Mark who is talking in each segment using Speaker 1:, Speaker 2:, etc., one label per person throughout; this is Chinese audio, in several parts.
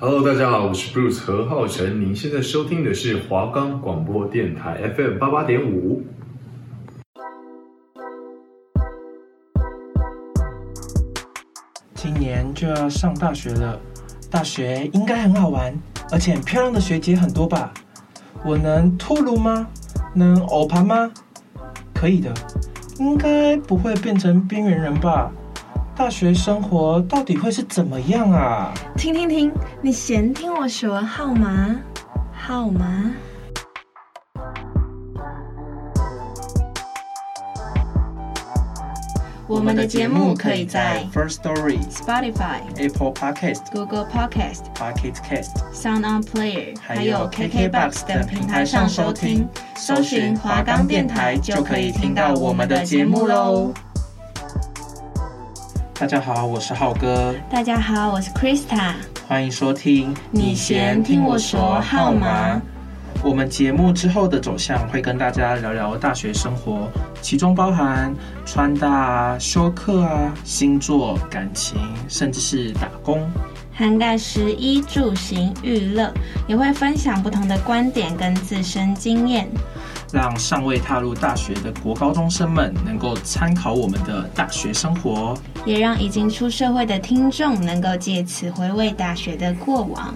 Speaker 1: Hello，大家好，我是 Bruce 何浩晨，您现在收听的是华冈广播电台 FM 八八点五。
Speaker 2: 今年就要上大学了，大学应该很好玩，而且很漂亮的学姐很多吧？我能吐露吗？能偶盘吗？可以的，应该不会变成边缘人吧？大学生活到底会是怎么样啊？
Speaker 3: 停停停！你嫌听我说号码号码？我们的节目可以在
Speaker 2: First Story、
Speaker 3: Spotify、
Speaker 2: Apple Podcast、
Speaker 3: Google Podcast、
Speaker 2: Pocket Cast，
Speaker 3: Sound On Player，
Speaker 2: 还
Speaker 3: 还
Speaker 2: 有
Speaker 3: 有
Speaker 2: KKBOX
Speaker 3: KKBox
Speaker 2: 等
Speaker 3: 等
Speaker 2: 平
Speaker 3: 平
Speaker 2: 台
Speaker 3: 台
Speaker 2: 上
Speaker 3: 上
Speaker 2: 收
Speaker 3: 收
Speaker 2: 听
Speaker 3: 听，
Speaker 2: 搜
Speaker 3: 搜
Speaker 2: 寻
Speaker 3: 寻
Speaker 2: 华
Speaker 3: 华
Speaker 2: 冈
Speaker 3: 冈
Speaker 2: 电
Speaker 3: 电
Speaker 2: 台
Speaker 3: 台
Speaker 2: 就
Speaker 3: 就
Speaker 2: 可
Speaker 3: 可
Speaker 2: 以
Speaker 3: 以
Speaker 2: 听
Speaker 3: 听
Speaker 2: 到
Speaker 3: 到
Speaker 2: 我
Speaker 3: 我
Speaker 2: 们
Speaker 3: 们
Speaker 2: 的
Speaker 3: 的
Speaker 2: 节
Speaker 3: 节
Speaker 2: 目
Speaker 3: 目
Speaker 2: 喽
Speaker 3: 喽。
Speaker 2: 大家好，我是浩哥，
Speaker 3: 大家好，我是 Krista。
Speaker 2: 欢迎收听。
Speaker 3: 你嫌听我说号码？
Speaker 2: 我们节目之后的走向会跟大家聊聊大学生活，其中包含穿搭啊、修课啊、星座、感情，甚至是打工。
Speaker 3: 涵盖食衣住行娱乐，也会分享不同的观点跟自身经验。
Speaker 2: 让尚未踏入大学的国高中生们能够参考我们的大学生活。
Speaker 3: 也让已经出社会的听众能够借此回味大学的过往。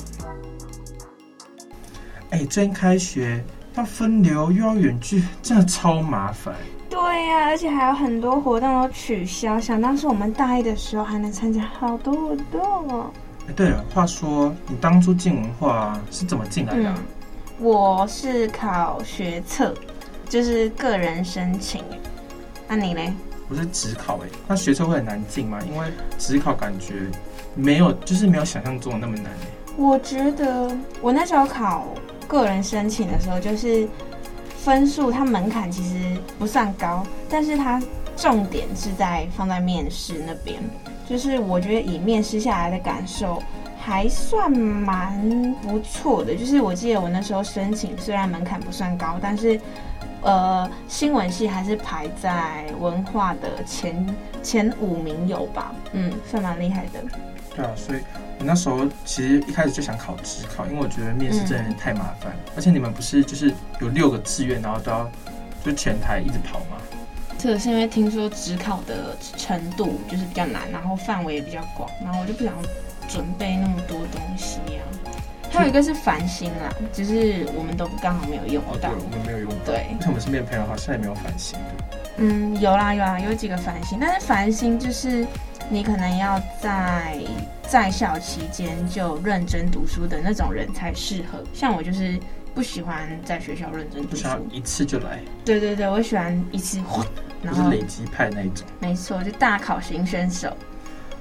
Speaker 2: 哎，最近开学要分流又要远距，真的超麻烦。
Speaker 4: 对呀、而且还有很多活动都取消。想当时我们大一的时候还能参加好多活动哦。
Speaker 2: 哎，对了，话说你当初进文化是怎么进来的
Speaker 3: 嗯
Speaker 4: 嗯
Speaker 2: 啊、
Speaker 4: 我是考学测，就是个人申请。那、你嘞？
Speaker 2: 我是职考哎、那学测会很难进吗？因为职考感觉没有，就是没有想象中的那么难、欸。
Speaker 4: 我觉得我那时候考个人申请的时候，就是分数它门槛其实不算高，但是它重点是在放在面试那边。就是我觉得以面试下来的感受还算蛮不错的。就是我记得我那时候申请，虽然门槛不算高，但是呃，新闻系还是排在文化的前前五名有吧？嗯，算蛮厉害的。
Speaker 2: 对啊，所以我那时候其实一开始就想考职考，因为我觉得面试真的有点太麻烦、而且你们不是就是有六个志愿，然后都要就前台一直跑吗？
Speaker 4: 这个是因为听说职考的程度就是比较难，然后范围也比较广，然后我就不想准备那么多东西呀、还有一个是繁星啦，只是我们都刚好没有用
Speaker 2: 哦对，
Speaker 4: 到。
Speaker 2: 我们没有用到。
Speaker 4: 对
Speaker 2: 而且我们身边的朋友好像也没有反省的。
Speaker 4: 嗯，有啦有啦，有几个繁星，但是繁星就是你可能要在在校期间就认真读书的那种人才适合。像我就是不喜欢在学校认真
Speaker 2: 不啊
Speaker 4: 读书
Speaker 2: 想，要一次就来，
Speaker 4: 对对对，我喜欢一次哗，
Speaker 2: 不
Speaker 4: 然
Speaker 2: 是
Speaker 4: 后
Speaker 2: 累积派那一种。
Speaker 4: 没错，就大考型选手。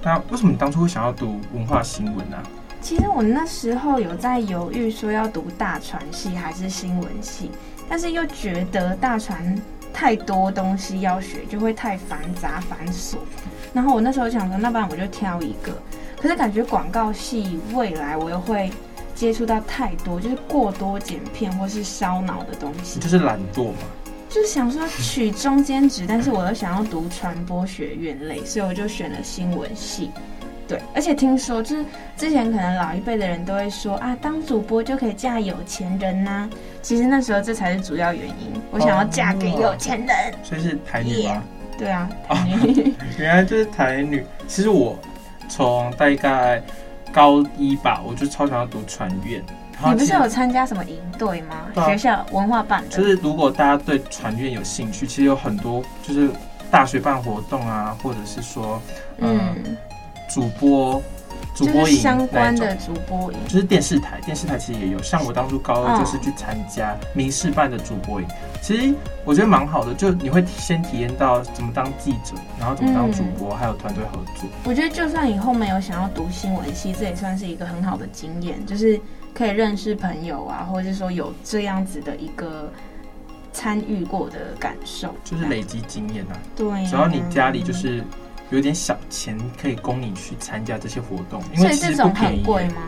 Speaker 2: 那为什么你当初会想要读文化新闻啊？
Speaker 4: 其实我那时候有在犹豫，说要读大传系还是新闻系，但是又觉得大传太多东西要学，就会太繁杂繁琐。然后我那时候想说，那不然我就挑一个。可是感觉广告系未来我又会接触到太多，就是过多剪片或是烧脑的东西
Speaker 2: 你，就是懒惰嘛。
Speaker 4: 就是想说取中间值，但是我又想要读传播学院类，所以我就选了新闻系。对，而且听说就是之前可能老一辈的人都会说啊，当主播就可以嫁有钱人呐、其实那时候这才是主要原因，我想要嫁给有钱人。
Speaker 2: 所以是台女吗？
Speaker 4: 对啊，
Speaker 2: 哦原来就是台女。其实我从大概高一吧，我就超想要读传院。然后
Speaker 4: 你不
Speaker 2: 其
Speaker 4: 是
Speaker 2: 实
Speaker 4: 有参加什么营队吗？
Speaker 2: 对啊
Speaker 4: 学校文化办
Speaker 2: 就
Speaker 4: 的。
Speaker 2: 是如果大家对传院有兴趣，其实有很多就是大学办活动啊，或者是说嗯
Speaker 4: 嗯，
Speaker 2: 主播主
Speaker 4: 就
Speaker 2: 播
Speaker 4: 是
Speaker 2: 营
Speaker 4: 相
Speaker 2: 那
Speaker 4: 关
Speaker 2: 一种
Speaker 4: 的。主播营，
Speaker 2: 就是电视台，电视台其实也有，像我当初高二
Speaker 4: 嗯
Speaker 2: 就是去参加民事办的主播营，其实我觉得蛮好的，就你会先体验到怎么当记者，然后怎么当主播，还有团队合作。
Speaker 4: 我觉得就算以后没有想要读新闻系，这也算是一个很好的经验，就是可以认识朋友啊，或者是说有这样子的一个参与过的感受，
Speaker 2: 就是累积经验啊。
Speaker 4: 对、
Speaker 2: 只要你家里就，是有点小钱，可以供你去参加这些活动，因
Speaker 4: 所
Speaker 2: 为
Speaker 4: 以
Speaker 2: 其
Speaker 4: 这
Speaker 2: 实不
Speaker 4: 种
Speaker 2: 便
Speaker 4: 很
Speaker 2: 宜。
Speaker 4: 贵吗？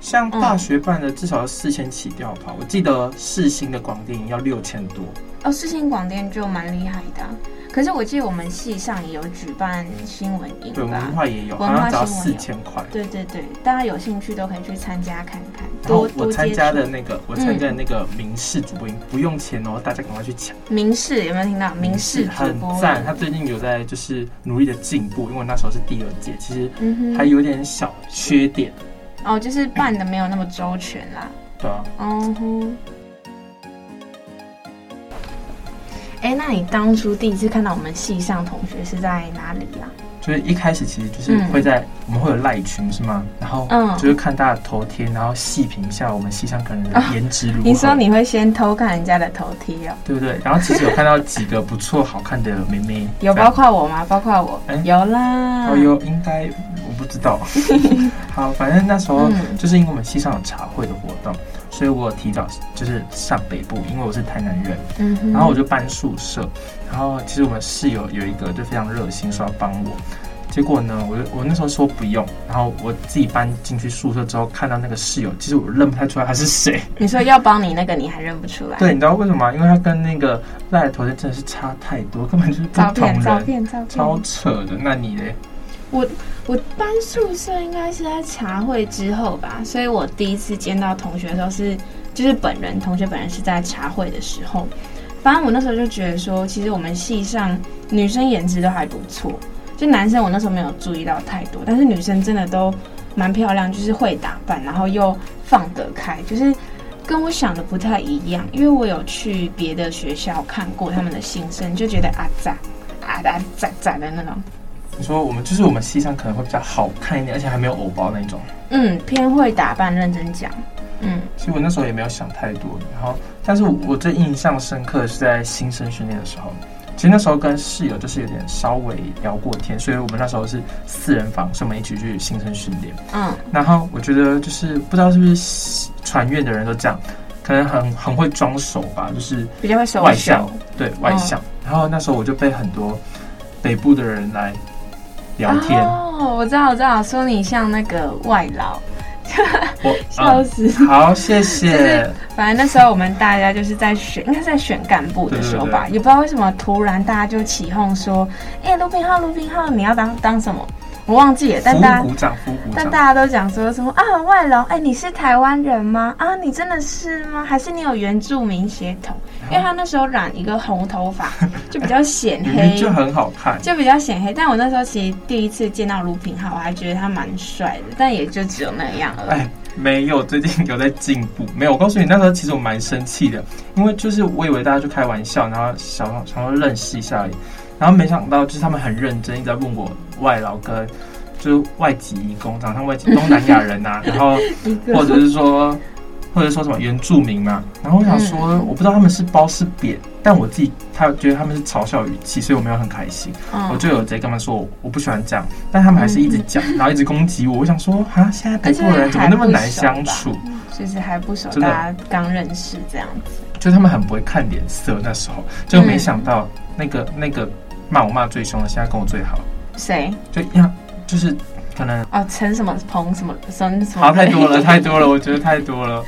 Speaker 2: 像大学办的至少要四千起跳吧，我记得世新的广电营要六千多。
Speaker 4: 哦，世新广电就蛮厉害的啊、可是我记得我们系上也有举办新闻营
Speaker 2: 对，文
Speaker 4: 吧？
Speaker 2: 化也有，
Speaker 4: 文
Speaker 2: 好像
Speaker 4: 化
Speaker 2: 只要
Speaker 4: 新闻
Speaker 2: 四
Speaker 4: 有
Speaker 2: 千块。
Speaker 4: 对对对，大家有兴趣都可以去参加看看，
Speaker 2: 然后
Speaker 4: 多
Speaker 2: 我
Speaker 4: 多
Speaker 2: 参
Speaker 4: 接
Speaker 2: 加的
Speaker 4: 触。嗯
Speaker 2: 那个，我参加的那个民事主播营不用钱哦，大家赶快去抢。
Speaker 4: 民视有没有听到？民视主
Speaker 2: 很
Speaker 4: 播，
Speaker 2: 赞，他最近有在就是努力的进步，因为我那时候是第二届，其实
Speaker 4: 嗯
Speaker 2: 还
Speaker 4: 哼，
Speaker 2: 有点小缺点，
Speaker 4: 哦，就是办的没有那么周全啦。
Speaker 2: 对啊。
Speaker 4: 哦哼，哎，那你当初第一次看到我们系上同学是在哪里啊？
Speaker 2: 就是一开始其实就是会在、我们会有赖群是吗？然后
Speaker 4: 嗯
Speaker 2: 就是看大家的头贴，然后细评一下我们系上个人的颜值如何，
Speaker 4: 哦 你说你会先偷看人家的头贴哦？
Speaker 2: 对不对？然后其实有看到几个不错好看的妹妹，
Speaker 4: 有包括我吗？包括我
Speaker 2: 哎，
Speaker 4: 有啦。
Speaker 2: 哦哟，应该我不知 道。好，反正那时候
Speaker 4: 嗯
Speaker 2: 就是因为我们系上有茶会的活动，所以我提早就是上北部，因为我是台南人，
Speaker 4: 嗯哼，
Speaker 2: 然后我就搬宿舍。然后其实我们室友有一个就非常热心，说要帮我。结果呢，我就我那时候说不用，然后我自己搬进去宿舍之后，看到那个室友，其实我认不太出来他是谁。
Speaker 4: 你说要帮你那个，你还认不出来？
Speaker 2: 对，你知道为什么吗？因为他跟那个赖的头像真的是差太多，根本就是不
Speaker 4: 照
Speaker 2: 同
Speaker 4: 片，照
Speaker 2: 人，
Speaker 4: 片，照
Speaker 2: 超
Speaker 4: 片。
Speaker 2: 扯的。那你嘞？
Speaker 4: 我搬宿舍应该是在茶会之后吧，所以我第一次见到同学的时候是，就是本人，同学本人是在茶会的时候。反正我那时候就觉得说，其实我们系上女生颜值都还不错，就男生我那时候没有注意到太多，但是女生真的都蛮漂亮，就是会打扮，然后又放得开，就是跟我想的不太一样。因为我有去别的学校看过他们的新生，就觉得啊咋啊啊咋咋的那种。
Speaker 2: 你说我们就是我们系上可能会比较好看一点，而且还没有偶包那种。
Speaker 4: 嗯，偏会打扮，认真讲。嗯，
Speaker 2: 其实我那时候也没有想太多，然后，但是我我最印象深刻的是在新生训练的时候，其实那时候跟室友就是有点稍微聊过天，所以我们那时候是四人房，所以我们一起去新生训练。
Speaker 4: 嗯，
Speaker 2: 然后我觉得就是不知道是不是传院的人都这样，可能很很会装熟吧，就是
Speaker 4: 比较会收
Speaker 2: 外
Speaker 4: 手
Speaker 2: 向。，对外向。
Speaker 4: 哦
Speaker 2: 然后那时候我就被很多北部的人来聊 天，
Speaker 4: 哦，我知道，我知道，说你像那个外劳，
Speaker 2: 我
Speaker 4: 笑死。
Speaker 2: 嗯好，谢谢。
Speaker 4: 就是反正那时候我们大家就是在选，应该是在选干部的时候吧，
Speaker 2: 对对
Speaker 4: 也不知道为什么突然大家就起哄说：“哎、卢平浩，卢平浩，你要当当什么？”我忘记了，但
Speaker 2: 服
Speaker 4: 大家
Speaker 2: 务鼓掌，服务鼓
Speaker 4: 但
Speaker 2: 掌
Speaker 4: 大。家都讲说什么啊，外劳，哎、你是台湾人吗？啊，你真的是吗？还是你有原住民血统？因为他那时候染一个红头发，就比较显
Speaker 2: 明
Speaker 4: 黑
Speaker 2: 明，就很好看，
Speaker 4: 就比较显黑。但我那时候其实第一次见到卢品浩，我还觉得他蛮帅的，但也就只有那样了。
Speaker 2: 哎，没有，最近有在进步。没有，我告诉你，那时候其实我蛮生气的，因为就是我以为大家就开玩笑，然后想想说认识一下而已，然后没想到就是他们很认真，一直在问我外劳跟就是外籍移工，长像外籍东南亚人呐、然后
Speaker 4: 一个
Speaker 2: 或者是说或者说什么原住民嘛，然后我想说，我不知道他们是褒是贬，但我自己他觉得他们是嘲笑语气，所以我没有很开心。我
Speaker 4: 嗯，
Speaker 2: 就有直接跟他们说我我不喜欢这样，但他们还是一直讲，然后一直攻击我。我想说，哈，嗯现在北部人怎么那么难相处？
Speaker 4: 就是还不熟，
Speaker 2: 真的
Speaker 4: 大家刚认识这样子。
Speaker 2: 就他们很不会看脸色，那时候就没想到那个、那个骂我骂最凶的，现在跟我最好，
Speaker 4: 谁？
Speaker 2: 就一样，就是可能
Speaker 4: 哦，陈什么鹏什么什么什么？
Speaker 2: 好太多了，太多了，我觉得太多了。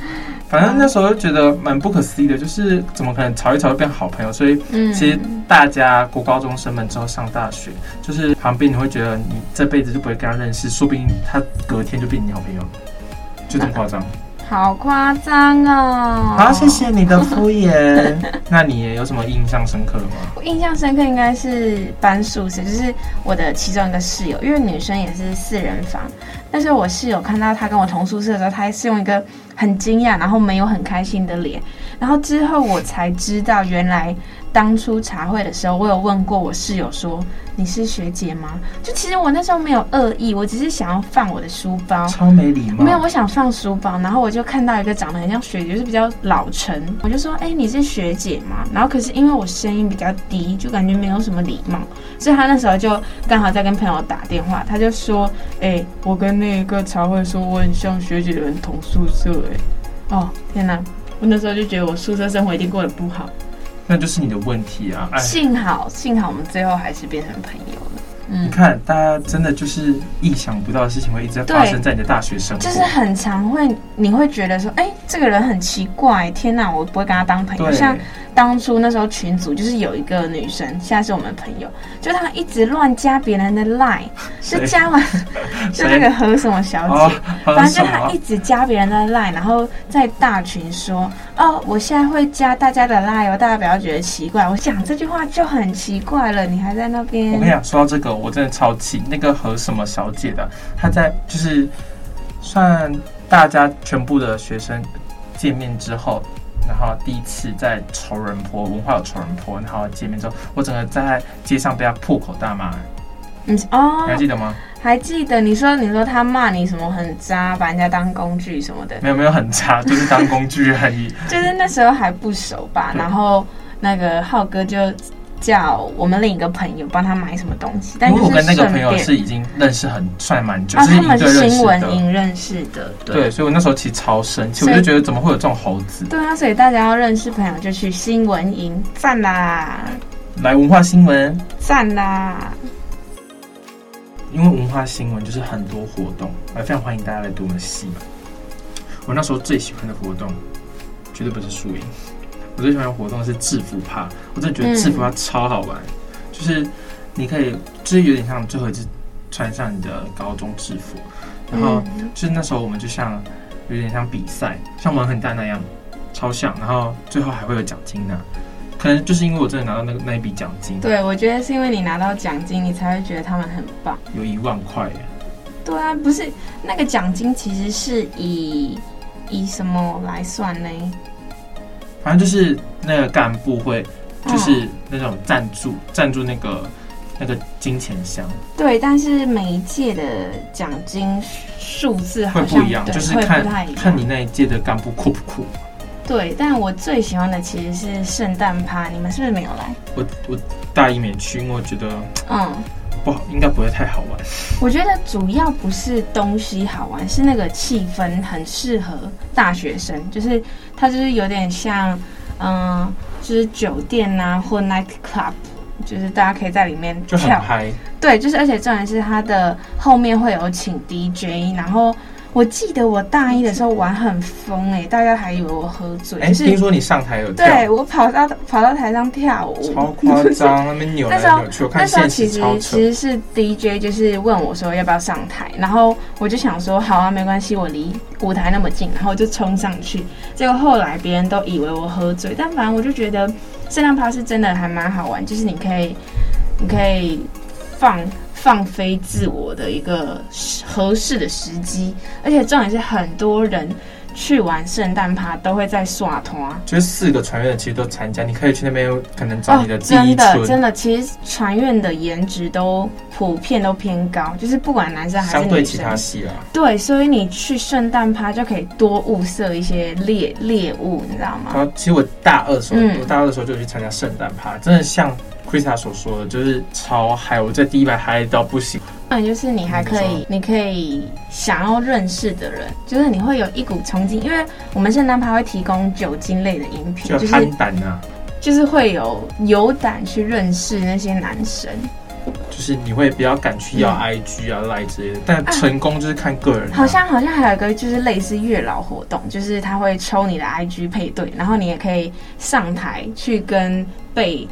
Speaker 2: 反正那时候就觉得蛮不可思议的，就是怎么可能吵一吵就变好朋友？所以
Speaker 4: 嗯
Speaker 2: 其实大家国高中生们之后上大学，就是旁边你会觉得你这辈子就不会跟他认识，说不定他隔天就变你好朋友了，就这么夸张。
Speaker 4: 好夸张哦！
Speaker 2: 好，谢。谢你的敷衍。 那你也有什么印象深刻的吗？
Speaker 4: 我印象深刻应该是搬宿舍，就是我的其中一个室友，因为女生也是四人房。但是我室友看到她跟我同宿舍的时候，她是用一个很惊讶，然后没有很开心的脸。然后之后我才知道，原来当初茶会的时候，我有问过我室友说：“你是学姐吗？”就其实我那时候没有恶意，我只是想要放我的书包。
Speaker 2: 超没礼貌。
Speaker 4: 没有，我想放书包，然后我就看到一个长得很像学姐，就是比较老成，我就说：“哎、你是学姐吗？”然后可是因为我声音比较低，就感觉没有什么礼貌，所以他那时候就刚好在跟朋友打电话，他就说：“哎、我跟那个茶会说我很像学姐的人同宿舍、哎，哦，天哪！我那时候就觉得我宿舍生活一定过得不好，
Speaker 2: 那就是你的问题啊。哎，
Speaker 4: 幸好幸好我们最后还是变成朋友了。
Speaker 2: 你看，大家真的就是意想不到的事情会一直在发
Speaker 4: 对
Speaker 2: 生在你的大学生活。
Speaker 4: 就是很常会，你会觉得说，哎、这个人很奇怪，天哪，我不会跟他当朋友。
Speaker 2: 对，
Speaker 4: 像当初那时候群组就是有一个女生，现在是我们朋友，就她一直乱加别人的 line，是 加完就那个何什么小
Speaker 2: 哦
Speaker 4: 姐，，
Speaker 2: 很
Speaker 4: 反正
Speaker 2: 什
Speaker 4: 就她
Speaker 2: 么
Speaker 4: 一？直加别人的 line，然后在大群说，哦，我现在会加大家的 line 哦，大家不要觉得奇怪。我想这句话就很奇怪了，你还在那
Speaker 2: 我跟你
Speaker 4: 边，
Speaker 2: 讲，说到这个，我真的超气那个何什么小姐的，她在就是算大家全部的学生见面之后，然后第一次在仇人坡文化有仇人坡，然后见面之后，我整个在街上被她破口大骂，你
Speaker 4: 嗯哦
Speaker 2: 还，记得吗？
Speaker 4: 还记得你说你说他骂你什么很渣，把人家当工具什么的，
Speaker 2: 没有没有很差，就是当工具而已。
Speaker 4: 就是那时候还不熟吧，
Speaker 2: 嗯
Speaker 4: 然后那个浩哥就叫我们另一个朋友帮他买什么东西， 但
Speaker 2: 因为
Speaker 4: 就
Speaker 2: 我跟
Speaker 4: 是
Speaker 2: 那
Speaker 4: 顺
Speaker 2: 个
Speaker 4: 便
Speaker 2: 朋友是已经认识很算蛮久，
Speaker 4: 啊，
Speaker 2: 就是
Speaker 4: 他
Speaker 2: 一
Speaker 4: 们
Speaker 2: 对
Speaker 4: 是
Speaker 2: 认
Speaker 4: 新
Speaker 2: 识
Speaker 4: 闻
Speaker 2: 的。
Speaker 4: 营认识的，对
Speaker 2: 对，所以我那时候其实超生气，
Speaker 4: 所
Speaker 2: 我
Speaker 4: 以
Speaker 2: 就觉得怎么会有这种猴子
Speaker 4: 对啊，所以大家要认识朋友就去新闻营，赞啦
Speaker 2: 来文化新闻？
Speaker 4: 赞啦！
Speaker 2: 因为文化新闻就是很多活动，来非常欢迎大家来读我们的戏嘛。我那时候最喜欢的活动，绝对不是宿营，我最喜欢的活动是制服趴，我真的
Speaker 4: 嗯
Speaker 2: 觉得制服趴超好玩，就是你可以就是有点像最后一次穿上你的高中制服，然后
Speaker 4: 嗯
Speaker 2: 就是那时候我们就像有点像比赛，像玩很大那样，超像，然后最后还会有奖金拿。可能就是因为我真的拿到那个那一笔奖金，，
Speaker 4: 对，啊我觉得是因为你拿到奖金，你才会觉得他们很棒。
Speaker 2: 有一万块耶，
Speaker 4: 对啊，不是那个奖金其实是以以什么来算呢？
Speaker 2: 反正就是那个干部会，就
Speaker 4: 嗯
Speaker 2: 是那种赞助赞助那个那个金钱箱
Speaker 4: 对，但是每一届的奖金数字
Speaker 2: 会
Speaker 4: 好像
Speaker 2: 不一样，
Speaker 4: 对
Speaker 2: 就是
Speaker 4: 会
Speaker 2: 看
Speaker 4: 不太一样。
Speaker 2: 看你那一届的干部酷不酷。
Speaker 4: 对，但我最喜欢的其实是圣诞趴，你们是不是没有来？
Speaker 2: 我我大一没去，因为我觉得
Speaker 4: 嗯，
Speaker 2: 不好，应该不会太好玩。
Speaker 4: 我觉得主要不是东西好玩，是那个气氛很适合大学生，就是它就是有点像，嗯，就是酒店啊或 night club，就是大家可以在里面
Speaker 2: 就很
Speaker 4: 跳
Speaker 2: 嗨，
Speaker 4: 对，就是而且重点是它的后面会有请 DJ，然后我记得我大一的时候玩很疯哎、大家还以为我喝醉，
Speaker 2: 哎、
Speaker 4: 就
Speaker 2: 听
Speaker 4: 是
Speaker 2: 说你上台有跳，
Speaker 4: 对我跑到跑到台上跳舞，
Speaker 2: 超夸张，那边扭来
Speaker 4: 那时候
Speaker 2: 扭去，我看
Speaker 4: 那时候
Speaker 2: 现
Speaker 4: 其
Speaker 2: 实
Speaker 4: 实
Speaker 2: 超扯
Speaker 4: 其。实是 DJ 就是问我说要不要上台，然后我就想说好啊，没关系，我离舞台那么近，然后我就冲上去。结果后来别人都以为我喝醉，但反正我就觉得圣诞趴是真的还蛮好玩，就是你可以你可以放放飞自我的一个合适的时机，而且重点是很多人去玩圣诞趴都会在耍团。
Speaker 2: 就是四个船员其实都参加，你可以去那边可能找
Speaker 4: 哦
Speaker 2: 你的，记忆
Speaker 4: 真的
Speaker 2: 村，
Speaker 4: 真的，其实船院的颜值都普遍都偏高，就是不管男生还是
Speaker 2: 相对
Speaker 4: 女
Speaker 2: 其他
Speaker 4: 生，
Speaker 2: 系啊，
Speaker 4: 对，所以你去圣诞趴就可以多物色一些猎猎物，你知
Speaker 2: 然
Speaker 4: 道吗？
Speaker 2: 后其实我大二的时候，
Speaker 4: 嗯
Speaker 2: 我大二的时候就去参加圣诞趴，真的像 Krista 所说的，就是超嗨，我在第一排嗨到不行。
Speaker 4: 那就是你还可以，你可以想要认识的人，就是你会有一股冲劲，因为我们圣诞趴会提供酒精类的饮品，
Speaker 2: 就
Speaker 4: 就
Speaker 2: 憨
Speaker 4: 是
Speaker 2: 胆啊，
Speaker 4: 就是会有有胆去认识那些男生。
Speaker 2: 就是你会比较敢去要 IG 啊、赖之类的，但成功就是看个人啊、
Speaker 4: 嗯好像好像还有一个就是类似月老活动，就是他会抽你的 IG 配对，然后你也可以上台去跟被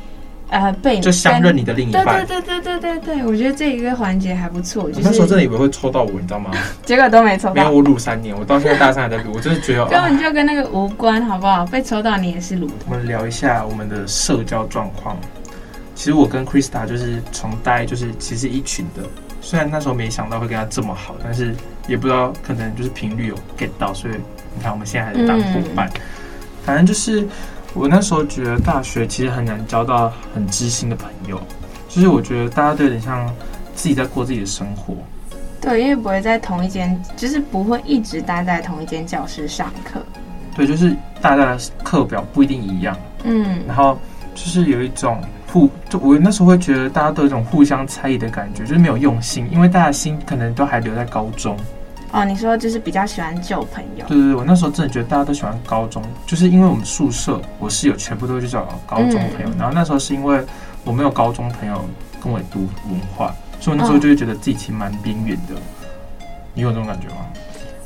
Speaker 4: 呃被
Speaker 2: 就相认
Speaker 4: 你
Speaker 2: 你的另一
Speaker 4: 跟。对
Speaker 2: 半。
Speaker 4: 对对对对对对，我觉得这一个环节还不错，
Speaker 2: 我
Speaker 4: 就
Speaker 2: 那时候真
Speaker 4: 是
Speaker 2: 的以为会抽到我，你知 道吗？
Speaker 4: 结果都没抽
Speaker 2: 没有，
Speaker 4: 到，
Speaker 2: 我撸三年，我到现在大三还在撸，我真的觉得。
Speaker 4: 根
Speaker 2: 啊
Speaker 4: 本就跟那个无关，好不好？被抽到你也是卤的，
Speaker 2: 我们聊一下我们的社交状况。其实我跟 Krista 就是从大一就是其实一群的，虽然那时候没想到会跟她这么好，但是也不知道可能就是频率有 get 到，所以你看我们现在还是当伙伴。反正就是我那时候觉得大学其实很难交到很知心的朋友，就是我觉得大家都有点像自己在过自己的生活，
Speaker 4: 对，因为不会在同一间，就是不会一直待在同一间教室上课，
Speaker 2: 对，就是大家的课表不一定一样。
Speaker 4: 嗯，
Speaker 2: 然后就是有一种互，就我那时候会觉得大家都有一种互相猜疑的感觉，就是没有用心，因为大家心可能都还留在高中。
Speaker 4: 哦，你说就是比较喜欢旧朋友，
Speaker 2: 对对对，我那时候真的觉得大家都喜欢高中，就是因为我们宿舍我室友全部都去找高中朋友，
Speaker 4: 嗯
Speaker 2: 然后那时候是因为我没有高中朋友跟我读文化，所以我那时候就会觉得自己其实蛮边缘的。你有这种感觉吗？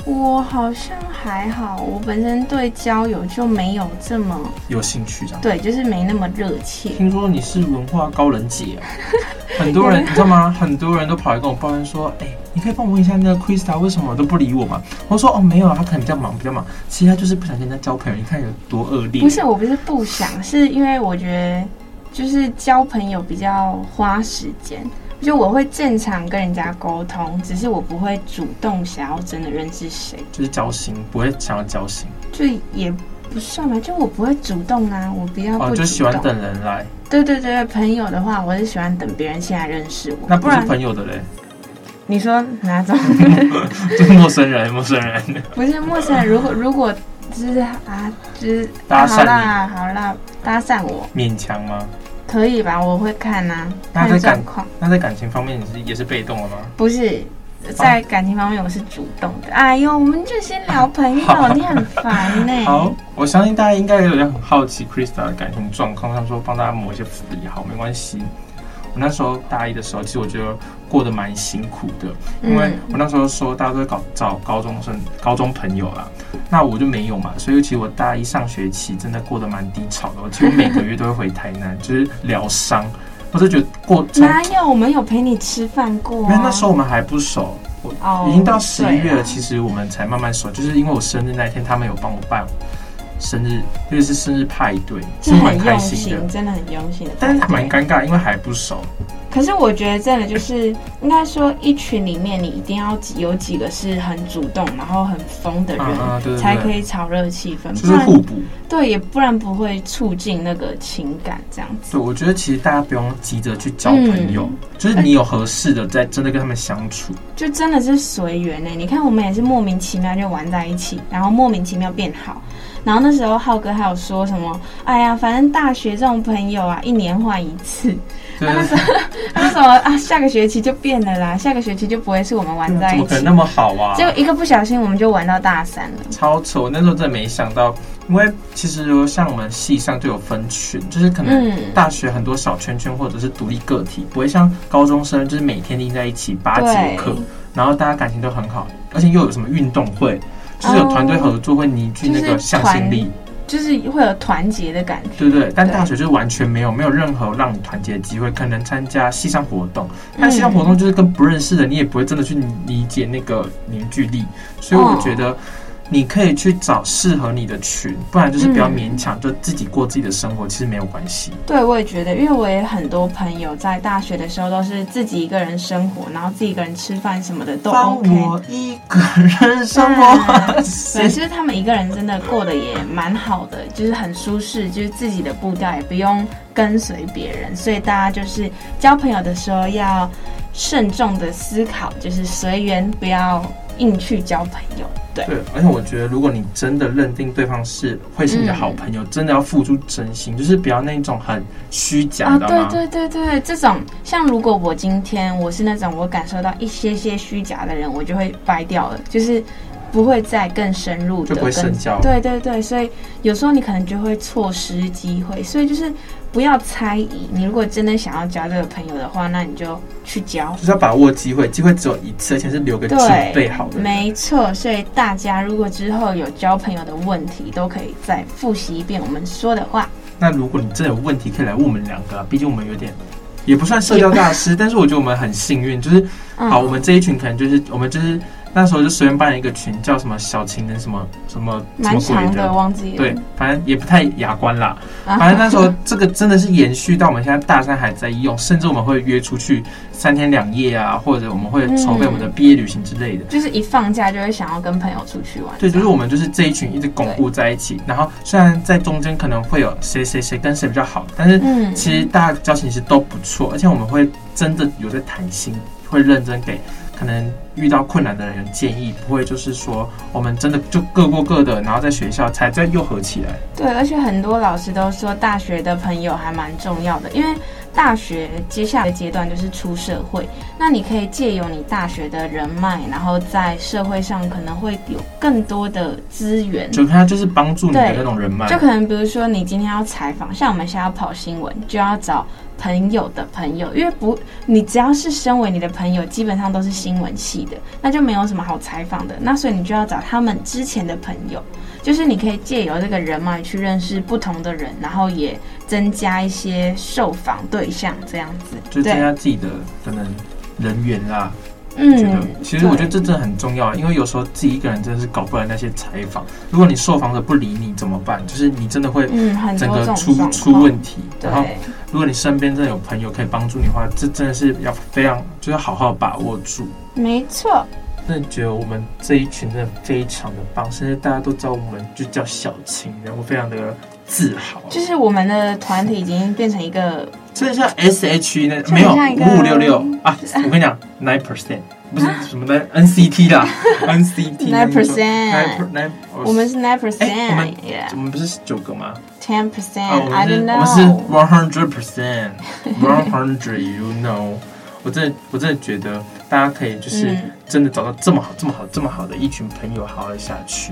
Speaker 4: 我好像还好，我本身对交友就没有这么
Speaker 2: 有兴趣这样。
Speaker 4: 对，就是没那么热切。
Speaker 2: 听说你是文化高人 姐、啊，很多人你知道吗？很多人都跑来跟我抱怨说，哎、你可以帮我问一下那个 Krista 为什么都不理我吗？我说哦没有啊，他可能比较忙，比较忙。其实他就是不想跟人家交朋友，你看有多恶劣。
Speaker 4: 不是，我不是不想，是因为我觉得就是交朋友比较花时间，就我会正常跟人家沟通，只是我不会主动想要真的认识谁，
Speaker 2: 就是交心，不会想要交心，
Speaker 4: 就也不算吧，就我不会主动啊，我比较
Speaker 2: 哦，
Speaker 4: 不
Speaker 2: 就喜
Speaker 4: 主
Speaker 2: 欢
Speaker 4: 动。
Speaker 2: 等人来，
Speaker 4: 对对对，朋友的话，我是喜欢等别人先来认识我，
Speaker 2: 那
Speaker 4: 不
Speaker 2: 不是
Speaker 4: 然
Speaker 2: 朋友的嘞，
Speaker 4: 你说哪种？
Speaker 2: 就是陌生人，陌生人。
Speaker 4: 不是陌生人，如果如果就是啊，就是
Speaker 2: 搭讪
Speaker 4: 好啦好啦，搭讪我
Speaker 2: 勉强吗？
Speaker 4: 可以吧？我会看啊，
Speaker 2: 那在
Speaker 4: 看
Speaker 2: 感
Speaker 4: 状况。
Speaker 2: 那在感情方面，你是也是被动了吗？
Speaker 4: 不是在感情方面，我是主动的。哎呦，我们就先聊朋友，你很烦呢、
Speaker 2: 好，我相信大家应该有人很好奇 Krista 的感情状况，想说帮大家抹一些福利，好，没关系。我那时候大一的时候，其实我觉得过得蛮辛苦的，因为
Speaker 4: 嗯
Speaker 2: 我那时候说大家都会搞找高中生、高中朋友啦，那我就没有嘛，所以其实我大一上学期真的过得蛮低潮的，我几乎每个月都会回台南，就是疗伤。我就觉得过从
Speaker 4: 哪有？我们有陪你吃饭过、啊。
Speaker 2: 没有，那时候我们还不熟，我
Speaker 4: 哦
Speaker 2: 已经到十一
Speaker 4: 对啊
Speaker 2: 月
Speaker 4: 啦
Speaker 2: 了，其实我们才慢慢熟，就是因为我生日那一天，他们有帮我办生日，因为是生日派对，是
Speaker 4: 是
Speaker 2: 蛮
Speaker 4: 很
Speaker 2: 开
Speaker 4: 用
Speaker 2: 心
Speaker 4: 心，
Speaker 2: 的。
Speaker 4: 真的很用心的。
Speaker 2: 但是蛮尴尬，因为还不熟。
Speaker 4: 可是我觉得真的就是，应该说一群里面你一定要有几个是很主动，然后很疯的人，
Speaker 2: 嗯嗯，对
Speaker 4: 才
Speaker 2: 对
Speaker 4: 可
Speaker 2: 对，
Speaker 4: 以炒热气氛，
Speaker 2: 就
Speaker 4: 不
Speaker 2: 是
Speaker 4: 然
Speaker 2: 互补。
Speaker 4: 对，也不然不会促进那个情感这样子。
Speaker 2: 对，我觉得其实大家不用急着去交朋友，
Speaker 4: 嗯
Speaker 2: 就是你有合适的，在真的跟他们相处。
Speaker 4: 就真的是随缘欸呢。你看，我们也是莫名其妙就玩在一起，然后莫名其妙变好。然后那时候浩哥还有说什么，哎呀，反正大学这种朋友啊，一年换一次。
Speaker 2: 对对对，
Speaker 4: 那什么啊，下个学期就变了啦，下个学期就不会是我们玩在
Speaker 2: 怎
Speaker 4: 一
Speaker 2: 么可能
Speaker 4: 起。
Speaker 2: 那么好啊？
Speaker 4: 结果一个不小心，我们就玩到大三了。
Speaker 2: 超丑！我那时候真的没想到，因为其实有像我们系上就有分群，就是可能
Speaker 4: 嗯
Speaker 2: 大学很多小圈圈或者是独立个体，不会像高中生就是每天腻在一起八节课
Speaker 4: 对，
Speaker 2: 然后大家感情都很好，而且又有什么运动会，就是有团队合作会凝聚那个向心力，
Speaker 4: 就是会有团结的感觉。
Speaker 2: 对不对？但
Speaker 4: 对
Speaker 2: 大学就是完全没有，没有任何让你团结的机会，可能参加系上活动，
Speaker 4: 嗯
Speaker 2: 但系上活动就是跟不认识的，你也不会真的去理解那个凝聚力，所以
Speaker 4: 哦
Speaker 2: 我觉得。你可以去找适合你的群，不然就是不
Speaker 4: 嗯
Speaker 2: 要勉强，就自己过自己的生活，其实没有关系。
Speaker 4: 对，我也觉得，因为我也很多朋友在大学的时候都是自己一个人生活，然后自己一个人吃饭什么的都 OK。
Speaker 2: 一个人生活，
Speaker 4: 对，就是他们一个人真的过得也蛮好的，就是很舒适，就是自己的步调也不用跟随别人，所以大家就是交朋友的时候要慎重的思考，就是随缘，不要硬去交朋友。对，
Speaker 2: 对，而且我觉得，如果你真的认定对方是会是你的好朋友，真的要付出真心，就是不要那种很虚假，
Speaker 4: 啊，
Speaker 2: 你知道
Speaker 4: 对
Speaker 2: 吗？
Speaker 4: 对对对，这种像如果我今天我是那种我感受到一些些虚假的人，我就会掰掉了，就是不会再更深入的
Speaker 2: 就不会深交
Speaker 4: 对对对，所以有时候你可能就会错失机会，所以就是不要猜疑。你如果真的想要交这个朋友的话，那你就去交。
Speaker 2: 就是要把握机会，机会只有一次，而且是留给准备好的人。
Speaker 4: 没错，所以大家如果之后有交朋友的问题，都可以再复习一遍我们说的话。
Speaker 2: 那如果你真的有问题，可以来问我们两个、啊，毕竟我们有点也不算社交大师， 但是我觉得我们很幸运，就是
Speaker 4: 嗯
Speaker 2: 好，我们这一群可能就是我们就是那时候就随便办了一个群，叫什么小情人什么什么什
Speaker 4: 蛮
Speaker 2: 么鬼
Speaker 4: 长的，忘记了。
Speaker 2: 对，反正也不太雅观啦。
Speaker 4: 啊，
Speaker 2: 反正那时候这个真的是延续到我们现在大三还在用，甚至我们会约出去三天两夜啊，或者我们会筹备我们的毕业旅行之类的。
Speaker 4: 就是一放假就会想要跟朋友出去玩。
Speaker 2: 对，就是我们就是这一群一直巩固在一起，然后虽然在中间可能会有谁谁谁跟谁比较好，但是
Speaker 4: 嗯
Speaker 2: 其实大家的交情是都不错，而且我们会真的有在谈心，会认真给可能遇到困难的人建议，不会就是说我们真的就各过各的，然后在学校才再又合起来。
Speaker 4: 对，而且很多老师都说大学的朋友还蛮重要的，因为大学接下来的阶段就是出社会，那你可以借由你大学的人脉，然后在社会上可能会有更多的资源。
Speaker 2: 就他就是帮助你的
Speaker 4: 对
Speaker 2: 那种人脉，
Speaker 4: 就可能比如说你今天要采访，像我们现在要跑新闻，就要找朋友的朋友，因为不，你只要是身为你的朋友，基本上都是新闻系的，那就没有什么好采访的。那所以你就要找他们之前的朋友，就是你可以借由这个人脉去认识不同的人，然后也增加一些受访对象这样子。
Speaker 2: 就增
Speaker 4: 对，
Speaker 2: 加自己的可能人员啦。觉得
Speaker 4: 嗯，
Speaker 2: 其实我觉得这
Speaker 4: 对
Speaker 2: 真的很重要，因为有时候自己一个人真的是搞不来那些采访。如果你受访者不理你怎么办？就是你真的会
Speaker 4: 嗯，很
Speaker 2: 整
Speaker 4: 多
Speaker 2: 个
Speaker 4: 这种
Speaker 2: 出
Speaker 4: 状况
Speaker 2: 出问题。
Speaker 4: 对
Speaker 2: 然后，如果你身边真的有朋友可以帮助你的话，这真的是要非常就是要好好把握住。
Speaker 4: 没错，
Speaker 2: 真的觉得我们这一群真的非常的棒，甚至大家都知道我们就叫小情人，我非常的自豪。
Speaker 4: 就是我们的团体已经变成一个
Speaker 2: 真的像 S H E 那
Speaker 4: 这很
Speaker 2: 没有
Speaker 4: 像一个
Speaker 2: 五五六六 啊！我跟你讲，nine percent 不是什么 nine N C T 啦，N C T
Speaker 4: nine
Speaker 2: nine
Speaker 4: percent，
Speaker 2: nine
Speaker 4: 我们是 nine
Speaker 2: 哎我们
Speaker 4: percent，yeah，
Speaker 2: 我们不是九个吗？
Speaker 4: ten
Speaker 2: 啊，我
Speaker 4: percent，I
Speaker 2: 们是
Speaker 4: don't
Speaker 2: 我们是
Speaker 4: know，
Speaker 2: one hundred percent one hundred you know。我真的我真的觉得大家可以就是
Speaker 4: 嗯
Speaker 2: 真的找到这么好这么好这么好的一群朋友，好好的下去。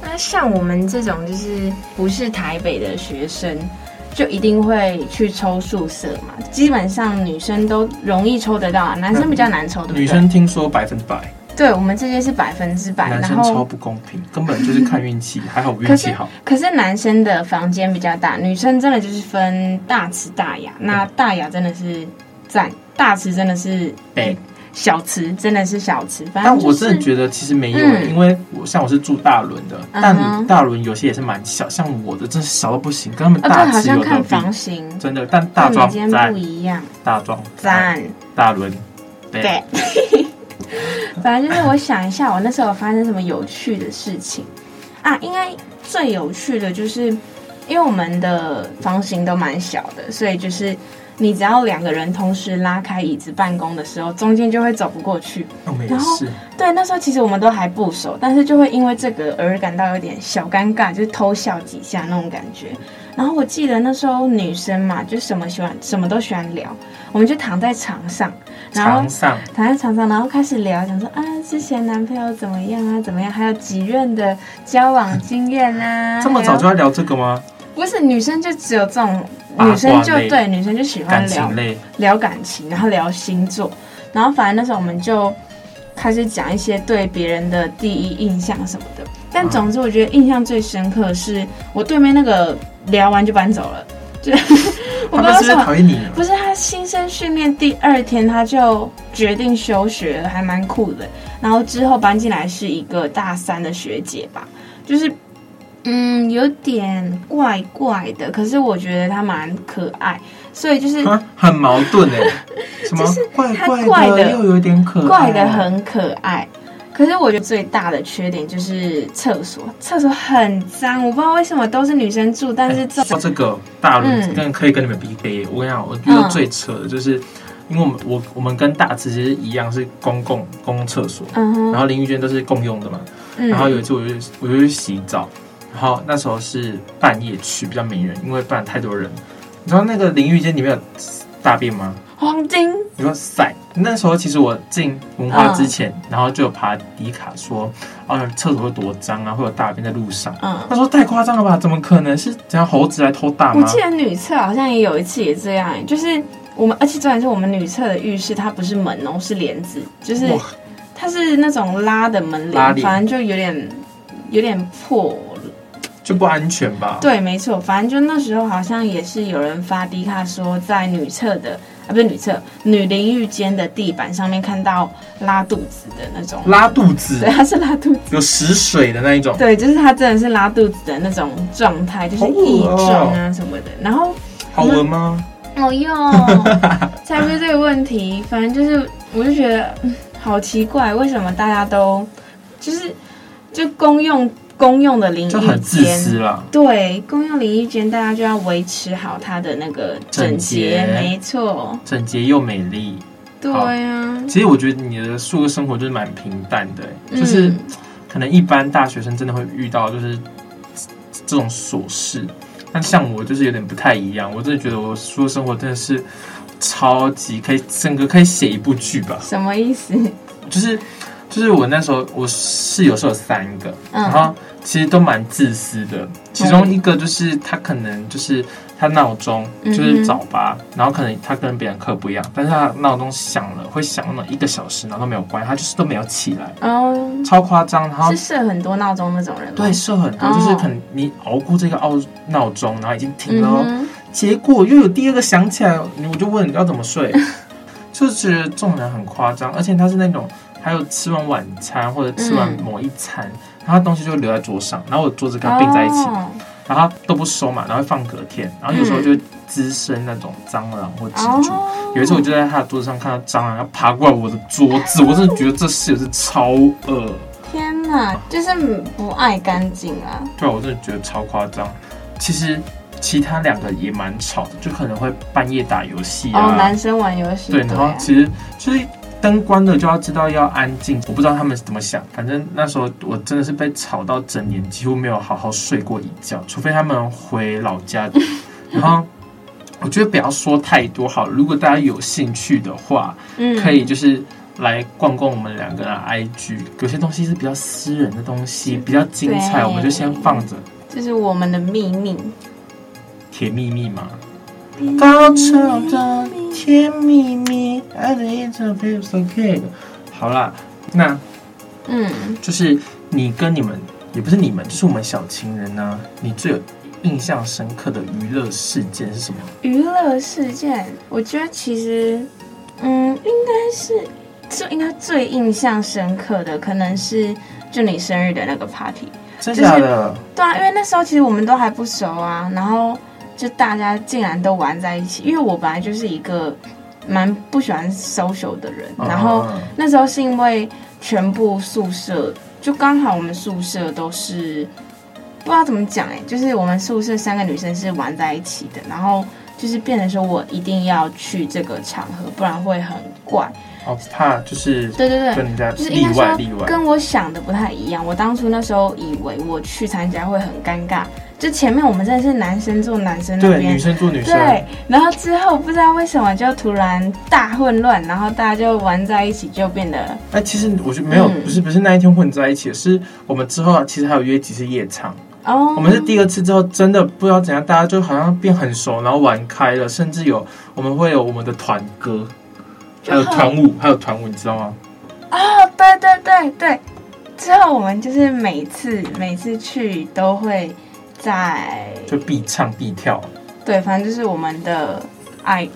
Speaker 4: 那像我们这种就是不是台北的学生，就一定会去抽宿舍嘛。基本上女生都容易抽得到啊，男生比较难抽，对不对？
Speaker 2: 女生听说百分之百，
Speaker 4: 对我们这些是百分之百，
Speaker 2: 男
Speaker 4: 然
Speaker 2: 生超
Speaker 4: 后
Speaker 2: 不公平，根本就是看运气，还好我运
Speaker 4: 可
Speaker 2: 气
Speaker 4: 是
Speaker 2: 好。
Speaker 4: 可是男生的房间比较大，女生真的就是分大池大雅，那大雅真的是赞，大池真的是
Speaker 2: 北
Speaker 4: 小池真的是小池，反
Speaker 2: 但
Speaker 4: 正、就是、
Speaker 2: 我真的觉得其实没有，
Speaker 4: 嗯
Speaker 2: 因为我像我是住大轮的，
Speaker 4: 嗯哼
Speaker 2: 但大轮有些也是蛮小，像我的真是小到不行，跟他们
Speaker 4: 啊，对，
Speaker 2: 大
Speaker 4: 好
Speaker 2: 只
Speaker 4: 像
Speaker 2: 有的
Speaker 4: 看
Speaker 2: 比，
Speaker 4: 房型，
Speaker 2: 真的，但大
Speaker 4: 看
Speaker 2: 庄
Speaker 4: 房间
Speaker 2: 在
Speaker 4: 不一样，
Speaker 2: 大庄在
Speaker 4: 赞。
Speaker 2: 大轮对
Speaker 4: 对， 反正就是我想一下，我那时候有发生什么有趣的事情啊？应该最有趣的就是，因为我们的房型都蛮小的，所以就是你只要两个人同时拉开椅子办公的时候，中间就会走不过去。
Speaker 2: 我们也
Speaker 4: 然后
Speaker 2: 是，
Speaker 4: 对，那时候其实我们都还不熟，但是就会因为这个而感到有点小尴尬，就是偷笑几下那种感觉。然后我记得那时候女生嘛，就什么喜欢什么都喜欢聊，我们就躺在床上，然后
Speaker 2: 常上
Speaker 4: 躺在床上，然后开始聊，想说啊，之前男朋友怎么样啊，怎么样，还有几任的交往经验啊。
Speaker 2: 这么
Speaker 4: 还有
Speaker 2: 早就要聊这个吗？
Speaker 4: 不是女生就只有这种，
Speaker 2: 八卦
Speaker 4: 女生就
Speaker 2: 类
Speaker 4: 对女生就喜欢
Speaker 2: 感
Speaker 4: 聊
Speaker 2: 情类，
Speaker 4: 聊感情，然后聊星座，然后反正那时候我们就开始讲一些对别人的第一印象什么的。但总之，我觉得印象最深刻的是我对面那个聊完就搬走了，就
Speaker 2: 他们是不
Speaker 4: 我不知道为什
Speaker 2: 是
Speaker 4: 么
Speaker 2: 讨厌你？
Speaker 4: 不是他新生训练第二天他就决定休学了，还蛮酷的。然后之后搬进来是一个大三的学姐吧，就是嗯有点怪怪的，可是我觉得她蛮可爱，所以就是
Speaker 2: 啊，很矛盾 哎，什么怪
Speaker 4: 他
Speaker 2: 怪
Speaker 4: 怪
Speaker 2: 的，
Speaker 4: 的
Speaker 2: 又有点可爱，啊
Speaker 4: 怪的很可爱。可是我觉得最大的缺点就是厕所，厕所很脏，我不知道为什么都是女生住，但是这
Speaker 2: 说到哎这个大轮
Speaker 4: 嗯
Speaker 2: 跟可以跟你们比比，我跟你讲，我觉得最扯的就是，因为我们我我们跟大池其实一样是公共公共厕所，
Speaker 4: 嗯哼
Speaker 2: 然后淋浴间都是共用的嘛。
Speaker 4: 嗯，
Speaker 2: 然后有一次我就我就去洗澡，然后那时候是半夜去，比较没人，因为不然太多人。你知道那个淋浴间里面有大便吗？
Speaker 4: 黄金
Speaker 2: 你说塞，那时候其实我进文化
Speaker 4: 嗯
Speaker 2: 之前，然后就有爬迪卡说，哦，厕所会多脏啊，会有大便在路上。
Speaker 4: 嗯。
Speaker 2: 那时候太夸张了吧？怎么可能是怎样猴子来偷大
Speaker 4: 我
Speaker 2: 吗？
Speaker 4: 记得女厕好像也有一次也这样、就是我们，而且重点是我们女厕的浴室它不是门哦、是帘子，就是
Speaker 2: 哇
Speaker 4: 它是那种拉的门
Speaker 2: 拉
Speaker 4: 帘，
Speaker 2: 帘
Speaker 4: 反正就有点有点破。
Speaker 2: 就不安全吧？，
Speaker 4: 对，没错，反正就那时候好像也是有人发低卡说，在女厕的啊不是女厕女淋浴间的地板上面看到拉肚子的那种，
Speaker 2: 拉肚子
Speaker 4: 对，它是拉肚子。
Speaker 2: 有食水的那一种，
Speaker 4: 对，就是它真的是拉肚子的那种状态，就是
Speaker 2: 好恶
Speaker 4: 异
Speaker 2: 哦
Speaker 4: 状啊什么的。然后
Speaker 2: 好闻吗？
Speaker 4: 哦哟， 才没这个问题。反正就是，我就觉得嗯好奇怪，为什么大家都就是就公用公用的淋
Speaker 2: 就很
Speaker 4: 浴
Speaker 2: 自私
Speaker 4: 间，
Speaker 2: 啦。
Speaker 4: 对，公用淋浴间大家就要维持好它的那个整洁，
Speaker 2: 整洁
Speaker 4: 没错，
Speaker 2: 整洁又美丽。
Speaker 4: 对啊，
Speaker 2: 其实我觉得你的宿舍生活就是蛮平淡的、欸
Speaker 4: 嗯
Speaker 2: 就是可能一般大学生真的会遇到就是这这种琐事，但像我就是有点不太一样。我真的觉得我宿舍生活真的是超级可以，整个可以写一部剧吧。
Speaker 4: 什么意思？
Speaker 2: 就是就是我那时候我室友是有三个，
Speaker 3: 嗯
Speaker 2: 然后其实都蛮自私的。其中
Speaker 4: 嗯
Speaker 2: 一个就是他可能就是他闹钟就
Speaker 3: 嗯哼
Speaker 2: 是早八，然后可能他跟别人课不一样，但是他闹钟响了会响那么一个小时，然后都没有关，他就是都没有起来，
Speaker 4: 哦，
Speaker 2: 超夸张。然后
Speaker 4: 是设很多闹钟那种人吗？
Speaker 2: 对，设很多，
Speaker 4: 哦
Speaker 2: 就是可能你熬过这个闹闹钟，然后已经停
Speaker 4: 嗯
Speaker 2: 了哦，
Speaker 4: 哼，
Speaker 2: 结果又有第二个响起来，我就问要怎么睡， 就是觉得这种人很夸张，而且他是那种还有吃完晚餐或者吃完
Speaker 4: 嗯
Speaker 2: 某一餐，然后他东西就留在桌上，然后我桌子跟他并在一起，
Speaker 4: 哦
Speaker 2: 然后他都不收嘛，然后会放隔天，然后有时候就会滋生那种蟑螂或蜘蛛。
Speaker 4: 哦，
Speaker 2: 有一次我就在他的桌子上看到蟑螂要爬过来我的桌子，我真的觉得这事是超恶，
Speaker 4: 天哪，就是不爱干净啊。
Speaker 2: 对啊我真的觉得超夸张。其实其他两个也蛮吵的，就可能会半夜打游戏啊，
Speaker 4: 哦，男生玩游戏，
Speaker 2: 对，
Speaker 4: 啊
Speaker 2: 然后其实就是灯关了就要知道要安静，我不知道他们是怎么想，反正那时候我真的是被吵到整年几乎没有好好睡过一觉，除非他们回老家。然后我觉得不要说太多好，如果大家有兴趣的话，
Speaker 4: 嗯
Speaker 2: 可以就是。来逛逛我们两个人的 IG，有些东西是比较私人的东西，比较精彩，
Speaker 4: 对
Speaker 2: 我们就先放着。
Speaker 4: 就是我们的秘密。
Speaker 2: 甜蜜蜜嘛，高潮的甜蜜蜜，爱的一种 feels so good。好啦，那
Speaker 4: 嗯，
Speaker 2: 就是你跟你们，也不是你们，就是我们小情人呢、你最有印象深刻的娱乐事件是什么？
Speaker 4: 娱乐事件，我觉得其实，嗯，应该是最应该最印象深刻的，可能是就你生日的那个 party。
Speaker 2: 真
Speaker 4: 就是
Speaker 2: 假的？
Speaker 4: 对啊，因为那时候其实我们都还不熟啊，然后就大家竟然都玩在一起。因为我本来就是一个蛮不喜欢 social 的人，然后
Speaker 2: 嗯
Speaker 4: 那时候是因为全部宿舍就刚好我们宿舍都是不知道怎么讲哎、就是我们宿舍三个女生是玩在一起的，然后就是变成说我一定要去这个场合，不然会很怪。
Speaker 2: 哦，怕就是
Speaker 4: 对对对，
Speaker 2: 跟人家
Speaker 4: 就是
Speaker 2: 例
Speaker 4: 应该
Speaker 2: 外
Speaker 4: 说
Speaker 2: 例外，
Speaker 4: 跟我想的不太一样。我当初那时候以为我去参加会很尴尬，就前面我们真的是男生坐男生那
Speaker 2: 对女
Speaker 4: 边。
Speaker 2: 生做女生，
Speaker 4: 对，然后之后不知道为什么就突然大混乱，然后大家就玩在一起，就变得
Speaker 2: 哎，其实我觉得没有，
Speaker 4: 嗯
Speaker 2: 不是不是那一天混在一起，是我们之后啊，其实还有约几次夜场。
Speaker 4: 哦，
Speaker 2: 我们是第二次之后，真的不知道怎样，大家就好像变很熟，然后玩开了，甚至有我们会有我们的团歌，还有
Speaker 4: 就很
Speaker 2: 团 舞，还有团舞，你知道吗？
Speaker 4: 哦，对对对对，之后我们就是每次每次去都会在
Speaker 2: 就必唱必跳，
Speaker 4: 对，反正就是我们的爱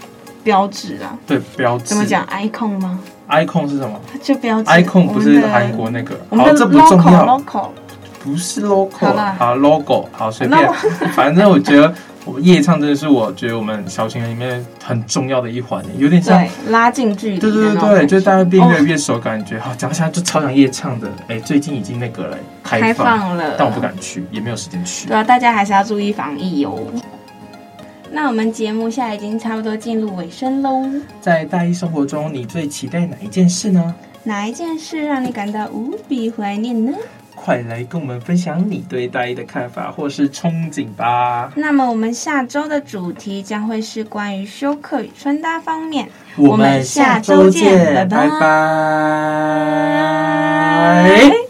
Speaker 4: 标志啦，
Speaker 2: 对标志。
Speaker 4: 怎么讲 icon 吗？
Speaker 2: ？icon 是什么
Speaker 4: 就标志
Speaker 2: ？icon
Speaker 4: 我
Speaker 2: 不
Speaker 4: 们
Speaker 2: 是
Speaker 4: 的
Speaker 2: 韩国那个，
Speaker 4: 我们
Speaker 2: 好，
Speaker 4: 的
Speaker 2: 这不
Speaker 4: local
Speaker 2: 重要，
Speaker 4: local
Speaker 2: 不是 logo，
Speaker 4: 好啦
Speaker 2: 好 logo，好随便，反正我觉得。我夜唱真的是我觉得我们小情人里面很重要的一环，有点像
Speaker 4: 对拉近距离的
Speaker 2: 对对
Speaker 4: 那
Speaker 2: 对
Speaker 4: 种哦
Speaker 2: 对，
Speaker 4: 感
Speaker 2: 就
Speaker 4: 觉，
Speaker 2: 是大家变越来越熟，感觉好哦讲起来就超想夜唱的。哎，最近已经那个了，开
Speaker 4: 开放了，
Speaker 2: 但我不。敢去，也没有时间去
Speaker 4: 对。啊，大家还是要注意防疫哦。那我们节目现在已经差不多进入尾声喽，
Speaker 2: 在大一生活中，你最期待哪一件事呢？
Speaker 4: 哪一件事让你感到无比怀念呢？
Speaker 2: 快来跟我们分享你对大一的看法或是憧憬吧。
Speaker 4: 那么我们下周的主题将会是关于休课与穿搭方面。
Speaker 2: 我
Speaker 4: 们下周见拜
Speaker 2: 拜
Speaker 4: 拜
Speaker 2: 拜